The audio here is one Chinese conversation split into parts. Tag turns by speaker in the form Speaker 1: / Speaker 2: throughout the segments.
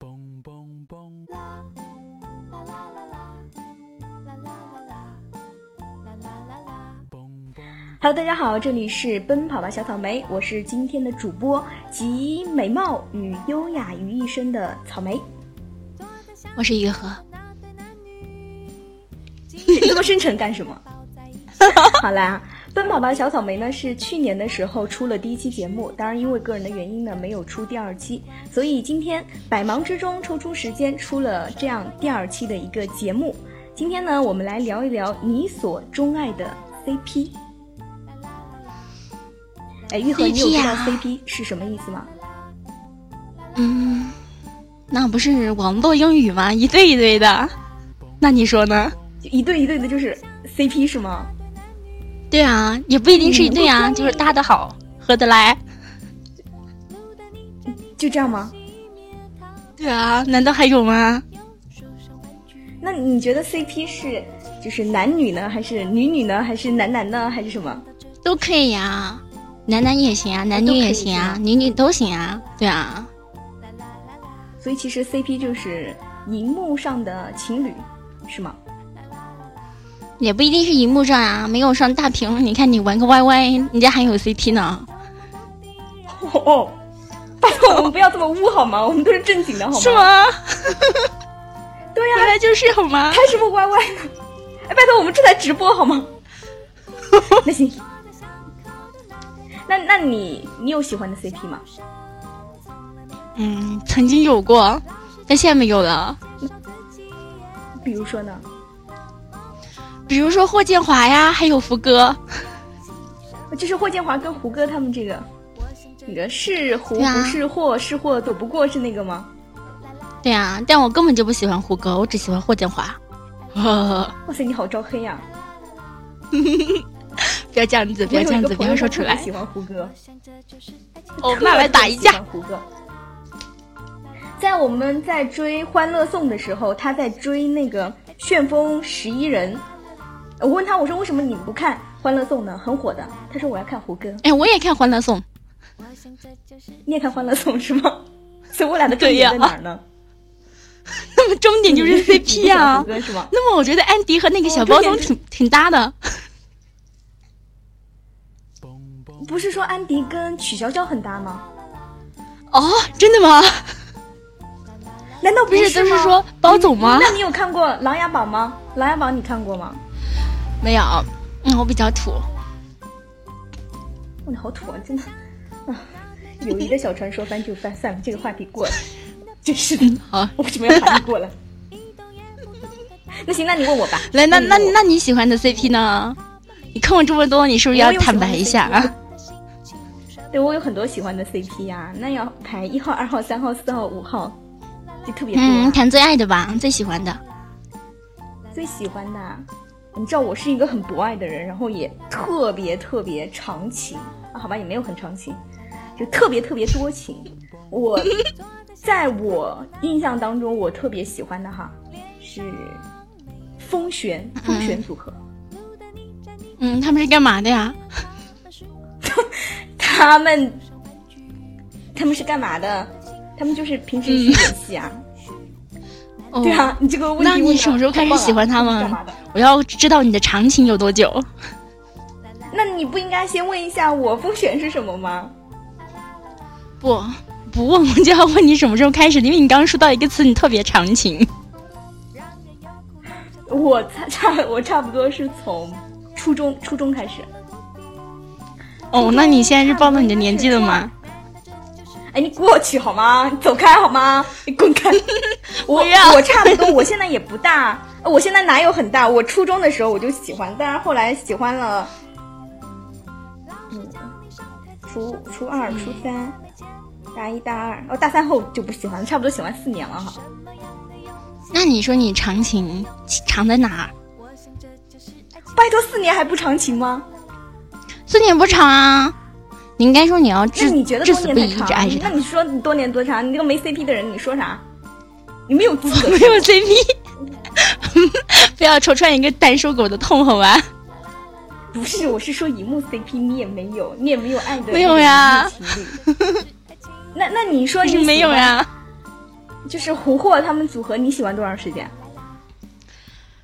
Speaker 1: 嘣嘣。
Speaker 2: 啦啦啦啦啦啦啦啦啦啦啦啦。
Speaker 3: Hello，大家好，这里是奔跑吧小草莓，我是今天的主播，集美貌与优雅于一身的草莓。
Speaker 4: 我是一个河，
Speaker 3: 你这么深沉干什么？好啦，奔跑吧小草莓呢是去年的时候出了第一期节目，当然因为个人的原因呢没有出第二期，所以今天百忙之中抽出时间出了这样第二期的一个节目。今天呢，我们来聊一聊你所钟爱的 CP。哎，玉和，你有
Speaker 4: CP
Speaker 3: 知道
Speaker 4: 啊
Speaker 3: CP 是什么意思吗？
Speaker 4: 嗯，那不是网络英语吗？一对一对的，那你说呢？
Speaker 3: 就一对一对的，就是 CP 是吗？
Speaker 4: 对啊，也不一定是一对啊，就是搭的好，合得来。
Speaker 3: 就这样吗？
Speaker 4: 对啊，难道还有吗？
Speaker 3: 那你觉得 CP 是就是男女呢，还是女女呢，还是男男呢，还是什么？
Speaker 4: 都可以呀、啊男男也行啊，男女也行
Speaker 3: 都可以
Speaker 4: 啊，
Speaker 3: 是吧
Speaker 4: 女女都行啊。对啊，
Speaker 3: 所以其实 CP 就是荧幕上的情侣，是吗？
Speaker 4: 也不一定是荧幕上啊，没有上大屏，你看你玩个 YY，人家还有 CP 呢。
Speaker 3: 哦哦，拜托我们不要这么污好吗？我们都是正经的好吗？
Speaker 4: 是？吗？
Speaker 3: 对啊呀、
Speaker 4: 原来就是好吗？
Speaker 3: 还什么 YY 呢？哎，拜托我们正在直播好 吗？那行，那那你你有喜欢的 CP 吗？
Speaker 4: 嗯，曾经有过，但现在没有了。
Speaker 3: 比如说呢？
Speaker 4: 比如说霍建华呀，还有福哥，
Speaker 3: 就是霍建华跟胡歌他们这个，那个是胡
Speaker 4: 对啊
Speaker 3: 不是霍，是霍躲不过是那个吗？
Speaker 4: 对啊，但我根本就不喜欢胡歌，我只喜欢霍建 华。
Speaker 3: 哇塞，你好招黑呀、啊
Speaker 4: 不要这样子，不
Speaker 3: 我
Speaker 4: 要
Speaker 3: 有
Speaker 4: 这
Speaker 3: 一
Speaker 4: 样
Speaker 3: 个
Speaker 4: 子，不
Speaker 3: 朋友
Speaker 4: 要说
Speaker 3: 他
Speaker 4: 出
Speaker 3: 特别
Speaker 4: 来。
Speaker 3: 喜欢胡歌，
Speaker 4: 哦
Speaker 3: 特，
Speaker 4: 那来打一
Speaker 3: 别喜
Speaker 4: 架。
Speaker 3: 欢胡歌，在我们在追《欢乐颂》的时候，他在追那个《旋风十一人》。我问他，我说为什么你不看《欢乐颂》呢？很火的。他说我要看胡歌。
Speaker 4: 哎，我也看《欢乐 颂》，
Speaker 3: 你也看《欢乐颂》 是吗？所以我俩的重点在
Speaker 4: 对呀
Speaker 3: 哪儿 呢？
Speaker 4: 那么重点就
Speaker 3: 你
Speaker 4: 是
Speaker 3: 不喜
Speaker 4: CP
Speaker 3: 你
Speaker 4: 啊
Speaker 3: 不喜欢胡。歌是吗？
Speaker 4: 那么我觉得安迪和那个小包
Speaker 3: 哦重
Speaker 4: 总
Speaker 3: 点
Speaker 4: 挺挺搭的。
Speaker 3: 不是说安迪跟曲筱绡很搭吗？
Speaker 4: 哦，真的吗？
Speaker 3: 难道
Speaker 4: 不是嗯
Speaker 3: 是
Speaker 4: 都是
Speaker 3: 吗嗯
Speaker 4: 说包总吗
Speaker 3: 那你有看过《琅琊榜》吗？《琅琊榜》你看过吗？
Speaker 4: 没有，嗯，我比较土。
Speaker 3: 哇，你好土啊，真的。啊，友谊的小船说翻就翻，算了，这个话题 过了。真是的，
Speaker 4: 好，
Speaker 3: 我为什么要翻过了？ 那行，那你问我吧。
Speaker 4: 来，那
Speaker 3: 你
Speaker 4: 那
Speaker 3: 问我
Speaker 4: 那你喜欢的 CP 呢？你看我这么多，你是不是要
Speaker 3: 我有喜欢
Speaker 4: 坦
Speaker 3: 的
Speaker 4: 白一下
Speaker 3: CP
Speaker 4: 啊？
Speaker 3: 对我有很多喜欢的 CP 呀、那要排一号、二号、三号、四号、五号，就特别多、
Speaker 4: 嗯，谈最爱的吧，最喜欢的。
Speaker 3: 最喜欢的啊，你知道我是一个很博爱的人，然后也特别特别长情啊，好吧，也没有很长情，就特别特别多情。我在我印象当中，我特别喜欢的哈是风璇，风璇组合，
Speaker 4: 嗯，他们是干嘛的呀？
Speaker 3: 他们他们是干嘛的？他们就是平时去演戏啊，
Speaker 4: 哦
Speaker 3: 对啊，你这个问题
Speaker 4: 那
Speaker 3: 问
Speaker 4: 你
Speaker 3: 得
Speaker 4: 什么时候
Speaker 3: 太
Speaker 4: 开始
Speaker 3: 棒了
Speaker 4: 喜欢他
Speaker 3: 们是干
Speaker 4: 们
Speaker 3: 嘛的？
Speaker 4: 我要知道你的长情有多久。
Speaker 3: 那你不应该先问一下我风璇是什么吗？
Speaker 4: 不，不问我就要问你什么时候开始，因为你刚刚说到一个词，你特别长情。
Speaker 3: 我 差差我差不多是从初中初中开始。
Speaker 4: 哦，
Speaker 3: 嗯
Speaker 4: 那你现在是暴露你的年纪了吗？
Speaker 3: 哎，你过去好吗？你走开好吗？你滚 开！我
Speaker 4: 不要
Speaker 3: 我差不多，我现在也不大，呃我现在哪有很大？我初中的时候我就喜欢，但是后来喜欢了，嗯，初初二、
Speaker 4: 嗯
Speaker 3: 初三、大一、大二，哦，大三后就不喜欢了，差不多喜欢四年了哈。
Speaker 4: 那你说你长情长在哪儿？
Speaker 3: 拜托，四年还不长情吗？
Speaker 4: 四年不长啊，你应该说你要
Speaker 3: 那
Speaker 4: 至
Speaker 3: 你觉得
Speaker 4: 至
Speaker 3: 多
Speaker 4: 死
Speaker 3: 年
Speaker 4: 不
Speaker 3: 才
Speaker 4: 渝，哎一直
Speaker 3: 长
Speaker 4: 爱着？他
Speaker 3: 那。你说你多年多长？你这个没 CP 的人，你说啥？你没有资格
Speaker 4: 没。有 CP，不 要戳穿一个单身狗的痛好吧？
Speaker 3: 不是，我是说荧幕 CP 你也没有，你也没有爱的
Speaker 4: 没有呀
Speaker 3: 荧幕情侣。那那你说
Speaker 4: 但
Speaker 3: 你
Speaker 4: 是
Speaker 3: 喜
Speaker 4: 没有啊
Speaker 3: 欢？
Speaker 4: 呀，
Speaker 3: 就是琥珀他们组合，你喜欢多长时间？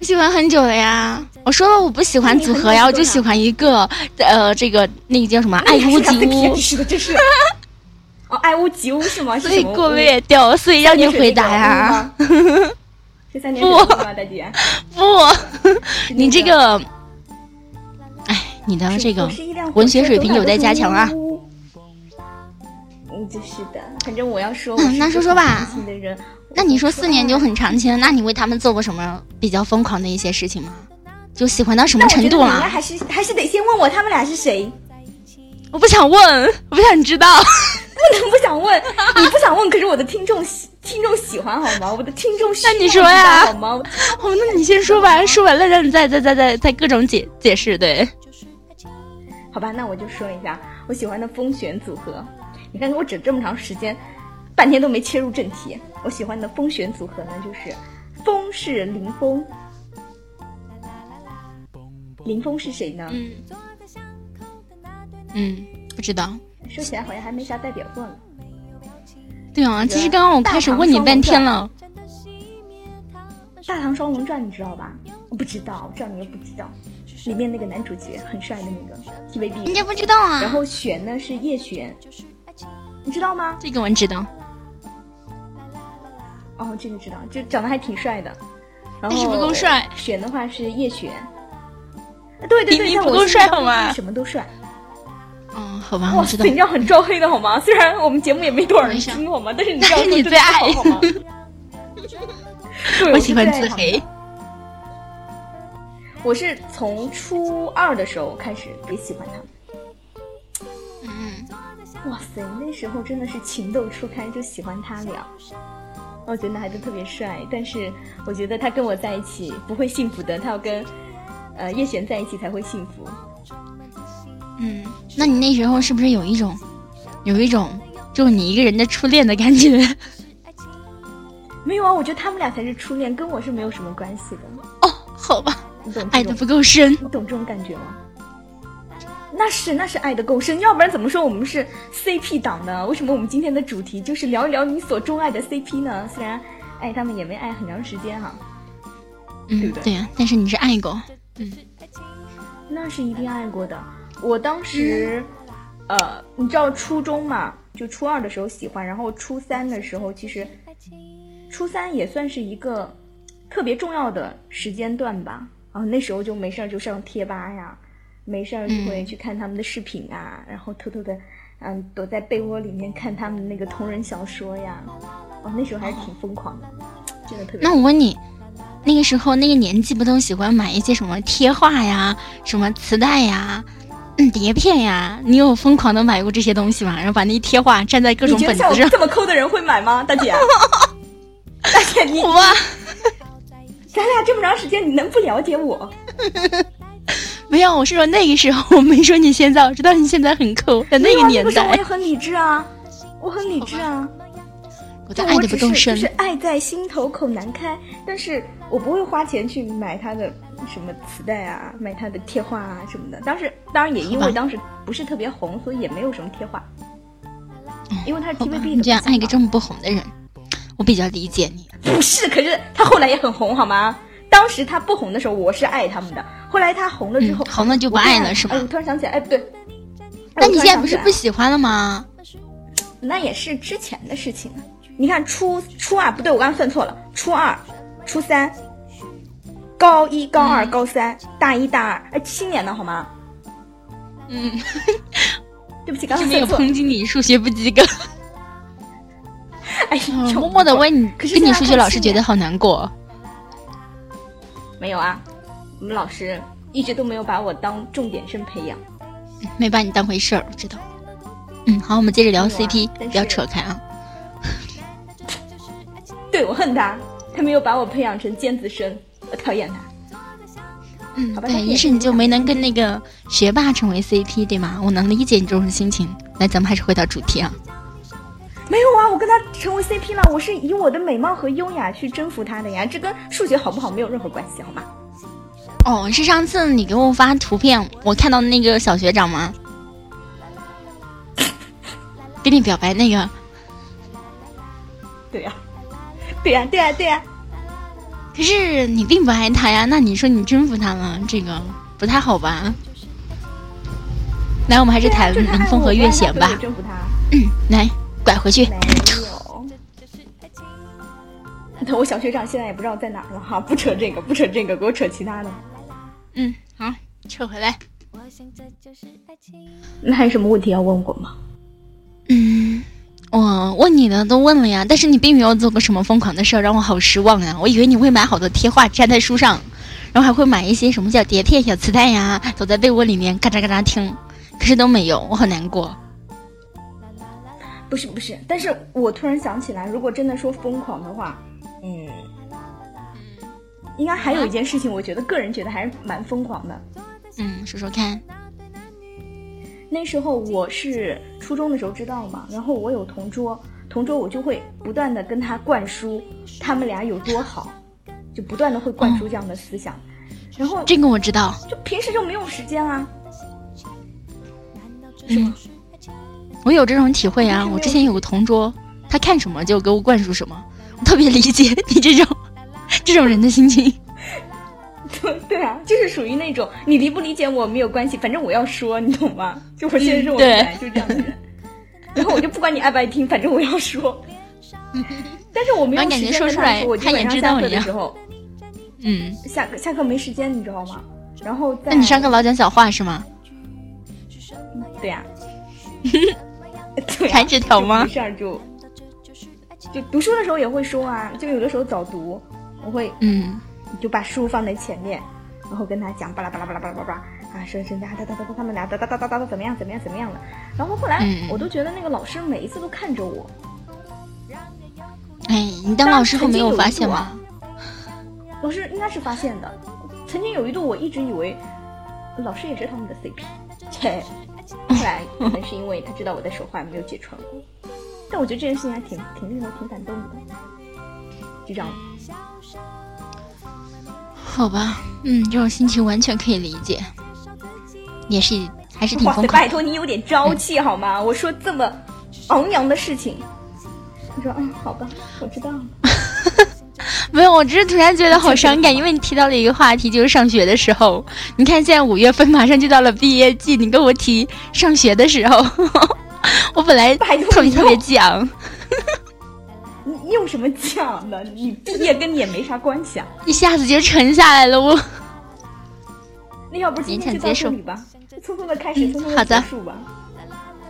Speaker 4: 我喜欢很久了呀。我说了我不喜欢组合呀，
Speaker 3: 那
Speaker 4: 我
Speaker 3: 你很
Speaker 4: 就
Speaker 3: 喜
Speaker 4: 喜
Speaker 3: 欢
Speaker 4: 欢一个呃，这个那个叫什么爱屋及乌，
Speaker 3: 哎是的，这 是。哦，爱屋及乌是吗？是
Speaker 4: 所以
Speaker 3: 什么
Speaker 4: 过
Speaker 3: 屋
Speaker 4: 哎位也掉，所以要你回答呀。。啊
Speaker 3: 三点水那个屋吗这三点水那个屋吗， 大姐？
Speaker 4: 不，
Speaker 3: 是
Speaker 4: 你
Speaker 3: 那
Speaker 4: 这
Speaker 3: 个
Speaker 4: 个，哎，你的这个
Speaker 3: 我是一辆火
Speaker 4: 文学
Speaker 3: 车
Speaker 4: 水
Speaker 3: 头
Speaker 4: 平
Speaker 3: 脑
Speaker 4: 有
Speaker 3: 都
Speaker 4: 待
Speaker 3: 是
Speaker 4: 加
Speaker 3: 呜
Speaker 4: 强啊
Speaker 3: 呜呜。嗯，就是的，反正我要说，我
Speaker 4: 嗯
Speaker 3: 是
Speaker 4: 那
Speaker 3: 一个
Speaker 4: 说说
Speaker 3: 很
Speaker 4: 吧
Speaker 3: 长情的人啊
Speaker 4: 那你说四年就很长期了，那你为他们做过什么比较疯狂的一些事情吗？就喜欢到什么
Speaker 3: 那我觉
Speaker 4: 程
Speaker 3: 得
Speaker 4: 度啊
Speaker 3: 你应该
Speaker 4: 了？
Speaker 3: 还是还是得先问我他们俩是谁，
Speaker 4: 我不想问，我不想知道。
Speaker 3: 不 能不想问，你不想问，可是我的听众喜听众喜欢好吗？我的听众需
Speaker 4: 那你
Speaker 3: 要
Speaker 4: 说
Speaker 3: 知道
Speaker 4: 呀
Speaker 3: 好吗？
Speaker 4: 哦，那你先说吧，说完了让你再再再再再各种解解释。对，
Speaker 3: 好吧，那我就说一下我喜欢的风选组合。你看我整这么长时间，半天都没切入正题。我喜欢的风选组合呢，就是风是林峰，林峰是谁呢？
Speaker 4: 嗯嗯，不知道。
Speaker 3: 说起来好像还没啥代表作呢。
Speaker 4: 对啊，其实刚刚我开始问你半天了。
Speaker 3: 《大唐双龙传》你知道吧？我不知道，我知道你又不知道。里面那个男主角很帅的那个 TVB，
Speaker 4: 人家不知道
Speaker 3: 然
Speaker 4: 啊，
Speaker 3: 后璇呢是叶璇，你知道吗？
Speaker 4: 这个我知道，
Speaker 3: 哦，这个知道，就长得还挺帅的。然后
Speaker 4: 但是不够帅。
Speaker 3: 璇的话是叶璇，啊对对
Speaker 4: 比
Speaker 3: 对，
Speaker 4: 你
Speaker 3: 在
Speaker 4: 不
Speaker 3: 我
Speaker 4: 够
Speaker 3: 心
Speaker 4: 帅
Speaker 3: 目当
Speaker 4: 好吗
Speaker 3: 中什么都帅。
Speaker 4: 嗯，好吧，
Speaker 3: 哇
Speaker 4: 我知
Speaker 3: 塞，
Speaker 4: 道
Speaker 3: 你。知道很招黑的好吗？虽然我们节目也没多少人
Speaker 4: 没事
Speaker 3: 听好吗？但是你
Speaker 4: 那
Speaker 3: 知道
Speaker 4: 是你最爱
Speaker 3: 好吗？对，
Speaker 4: 我
Speaker 3: 我
Speaker 4: 喜
Speaker 3: 是最
Speaker 4: 欢
Speaker 3: 爱
Speaker 4: 自
Speaker 3: 他们
Speaker 4: 黑。
Speaker 3: 我是从初二的时候开始也喜欢他们。
Speaker 4: 嗯，
Speaker 3: 哇塞，那时候真的是情窦初开，就喜欢他俩。我觉得孩子特别帅，但是我觉得他跟我在一起不会幸福的，他要跟呃叶璇在一起才会幸福。
Speaker 4: 嗯，那你那时候是不是有一种，有一种就是你一个人的初恋的 感觉？
Speaker 3: 没有啊，我觉得他们俩才是初恋，跟我是没有什么关系的。
Speaker 4: 哦，好吧，
Speaker 3: 你懂这
Speaker 4: 爱的
Speaker 3: 种
Speaker 4: 不够深。
Speaker 3: 你懂这种感觉吗？那是那是爱的够深，要不然怎么说我们是 CP 党呢？为什么我们今天的主题就是聊一聊你所钟爱的 CP 呢？虽然爱他们也没爱很长时间哈、对
Speaker 4: 嗯
Speaker 3: 不，对
Speaker 4: 对呀、但是你是爱过，
Speaker 3: 嗯那是一定爱过的。我当时，
Speaker 4: 嗯
Speaker 3: 呃，你知道初中嘛，就初二的时候喜欢，然后初三的时候，其实初三也算是一个特别重要的时间段吧。啊，那时候就没事儿就上贴吧呀，没事儿就
Speaker 4: 嗯
Speaker 3: 会去看他们的视频啊，然后偷偷的，嗯，躲在被窝里面看他们那个同人小说呀。哦，那时候还是挺疯狂的，真的特别。
Speaker 4: 那我问你，那个时候那个年纪不都喜欢买一些什么贴画呀、什么磁带呀、嗯碟片呀？你有疯狂的买过这些东西吗？然后把那贴画粘在各
Speaker 3: 你
Speaker 4: 种
Speaker 3: 觉得
Speaker 4: 本
Speaker 3: 像
Speaker 4: 子
Speaker 3: 我
Speaker 4: 上。
Speaker 3: 这么抠的人会买吗，大姐？ 大姐，你
Speaker 4: 哇，
Speaker 3: 咱俩这么长时间，你能不了解我？
Speaker 4: 没有，我是说那个时候，我没说你现在，我知道你现在很抠，在那
Speaker 3: 对
Speaker 4: 个
Speaker 3: 啊
Speaker 4: 年
Speaker 3: 那时候我
Speaker 4: 代
Speaker 3: 也，很理智啊，我很理智啊，
Speaker 4: 我的
Speaker 3: 就
Speaker 4: 爱
Speaker 3: 我
Speaker 4: 的
Speaker 3: 只
Speaker 4: 不
Speaker 3: 是
Speaker 4: 够深
Speaker 3: 就。是爱在心头口难开，但是我不会花钱去买他的什么磁带啊，买他的贴画啊什么的。当时当然也因
Speaker 4: 好
Speaker 3: 为
Speaker 4: 吧
Speaker 3: 当时不是特别红，所以也没有什么贴画，因为他是
Speaker 4: 哦好吧，
Speaker 3: TVB
Speaker 4: 你
Speaker 3: 的，
Speaker 4: 这样爱一个这么不红的人，我比较理解你。
Speaker 3: 不是，可是他后来也很红，好吗？当时他不红的时候，我是爱他们的。后来他红了之
Speaker 4: 嗯
Speaker 3: 后，，
Speaker 4: 红了就
Speaker 3: 我
Speaker 4: 不爱了是吧
Speaker 3: 哎，我？突然想起来，哎，不对。哎
Speaker 4: 那
Speaker 3: 我
Speaker 4: 你
Speaker 3: 突然
Speaker 4: 现在
Speaker 3: 想
Speaker 4: 不
Speaker 3: 起
Speaker 4: 是
Speaker 3: 来
Speaker 4: 不喜欢了吗？
Speaker 3: 那也是之前的事情了。你看初初二不对，我刚刚算错了，初二、初三、高一、高二、高三、大一、大二，哎，七年的好吗？
Speaker 4: 嗯，
Speaker 3: 对不起，刚
Speaker 4: 是
Speaker 3: 刚
Speaker 4: 没有
Speaker 3: 算错。
Speaker 4: 抨击你数学不及格。
Speaker 3: 哎，臭
Speaker 4: 嗯 默默的为你
Speaker 3: 可是
Speaker 4: 跟
Speaker 3: 现
Speaker 4: 你
Speaker 3: 在
Speaker 4: 数学
Speaker 3: 看
Speaker 4: 老
Speaker 3: 七
Speaker 4: 师觉
Speaker 3: 年
Speaker 4: 得好难过。
Speaker 3: 没有啊，我们老师一直都没有把我当重点生培养。
Speaker 4: 没把你当回事儿，我知道。嗯，好，我们接着聊
Speaker 3: 没有啊
Speaker 4: CP，、
Speaker 3: 但是
Speaker 4: 不要扯开啊。
Speaker 3: 对我恨他，他没有把我培养成尖子生，我讨厌他。
Speaker 4: 嗯
Speaker 3: 好，吧
Speaker 4: 对，
Speaker 3: 但是
Speaker 4: 于是你就没能跟那个学霸成为 CP，对吗？我能理解你这种心情。来，咱们还是回到主题啊。
Speaker 3: 没有啊，我跟他成为 CP 了，我是以我的美貌和优雅去征服他的呀，这跟数学好不好没有任何关系，好吗？
Speaker 4: 哦，是上次你给我发图片，我看到那个小学长吗？ 跟你表白那个，
Speaker 3: 对呀、对呀、对呀、对呀、
Speaker 4: 可是你并不爱他呀，那你说你征服他了，这个不太好吧？来，我们还是
Speaker 3: 对呀
Speaker 4: 谈
Speaker 3: 就是
Speaker 4: 《
Speaker 3: 他爱
Speaker 4: 南风
Speaker 3: 我
Speaker 4: 和
Speaker 3: 我
Speaker 4: 月
Speaker 3: 爱他
Speaker 4: 弦》
Speaker 3: 所以
Speaker 4: 吧
Speaker 3: 我。征服他。
Speaker 4: 嗯，来，拐回去。
Speaker 3: 没有。 等我小学长现在也不知道在哪儿了哈，不扯这个，不扯这个，给我扯其他的。
Speaker 4: 嗯，好，撤回来。
Speaker 2: 我想这就是爱情。
Speaker 3: 那还有什么问题要问我吗？
Speaker 4: 嗯，我问你的都问了呀，但是你并没有做过什么疯狂的事儿，让我好失望呀！我以为你会买好多贴画粘在书上，然后还会买一些什么小碟片、小磁带呀，躲在被窝里面嘎吱嘎吱听，可是都没有，我好难过。
Speaker 3: 不是不是，但是我突然想起来，如果真的说疯狂的话，嗯，应该还有一件事情，我觉得个人觉得还是蛮疯狂的。
Speaker 4: 嗯，说说看。
Speaker 3: 那时候我是初中的时候知道嘛，然后我有同桌，同桌我就会不断的跟他灌输他们俩有多好，就不断的会灌输这样的思想，然后
Speaker 4: 这个我知道，
Speaker 3: 就平时就没有时间啊，
Speaker 4: 嗯，我有这种体会啊。我之前有个同桌，他看什么就给我灌输什么，我特别理解 你这种这种人的心情。
Speaker 3: 对啊，就是属于那种你理不理解我没有关系，反正我要说，你懂吗？就我现实生活中
Speaker 4: 嗯对
Speaker 3: 本来就是这样的人，然后我就不管你爱不爱听，反正我要说。 但是我没有
Speaker 4: 那感
Speaker 3: 时
Speaker 4: 觉
Speaker 3: 间
Speaker 4: 说
Speaker 3: 跟
Speaker 4: 出
Speaker 3: 他
Speaker 4: 来
Speaker 3: 说，我基
Speaker 4: 他也
Speaker 3: 本上
Speaker 4: 知
Speaker 3: 下
Speaker 4: 道
Speaker 3: 课
Speaker 4: 你
Speaker 3: 的
Speaker 4: 啊
Speaker 3: 时候，
Speaker 4: 嗯，
Speaker 3: 下课下课没时间，你知道吗？然后在
Speaker 4: 那你上课老讲小话是吗？
Speaker 3: 嗯对啊呀、 对啊呀
Speaker 4: 缠纸条吗
Speaker 3: 就没事儿就就读书的时候也会说啊，就有的时候早读，我会
Speaker 4: 嗯。
Speaker 3: 就把书放在前面，然后跟他讲巴拉巴拉巴拉巴拉巴拉啊，说人家哒哒哒哒他们俩哒哒哒哒哒怎么样怎么样怎么样的。然后后来
Speaker 4: 嗯
Speaker 3: 我都觉得那个老师每一次都看着我，
Speaker 4: 哎，你当老师后没有发现吗？
Speaker 3: 老师应该是发现的。曾经有一度我一直以为老师也是他们的 CP，切，后来可能是因为他知道我在手画没有揭穿我，但我觉得这件事情还挺挺令我挺感动的。就这样，
Speaker 4: 好吧，嗯，这种心情完全可以理解，也是还是挺
Speaker 3: 哇塞，
Speaker 4: 疯
Speaker 3: 拜
Speaker 4: 狂。
Speaker 3: 托你有点朝气好吗？我说这么昂扬的事情，你说嗯好吧，我知道了。
Speaker 4: 没有，我只是突然觉得好伤感，因为你提到了一个话题，就是上学的时候。你看，现在五月份马上就到了毕业季，你跟我提上学的时候， 我本来
Speaker 3: 拜托
Speaker 4: 特别
Speaker 3: 你
Speaker 4: 特别激昂，
Speaker 3: 你你有什么讲的？你毕业跟你也没啥关系啊。
Speaker 4: 一下子就沉下来了。我
Speaker 3: 那要不今天就到这里吧，匆匆的开始，匆匆
Speaker 4: 嗯好
Speaker 3: 的
Speaker 4: 的
Speaker 3: 结束吧。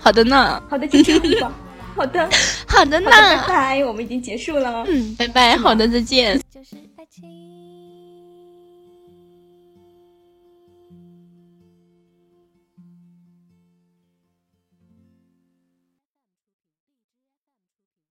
Speaker 4: 好的呢，
Speaker 3: 好的，就这样 吧。好的，好
Speaker 4: 好的
Speaker 3: 的，拜
Speaker 4: 呢，嗯
Speaker 3: 拜，我们已经结束了。
Speaker 4: 嗯，拜拜，好的，再见。
Speaker 2: 就是爱情。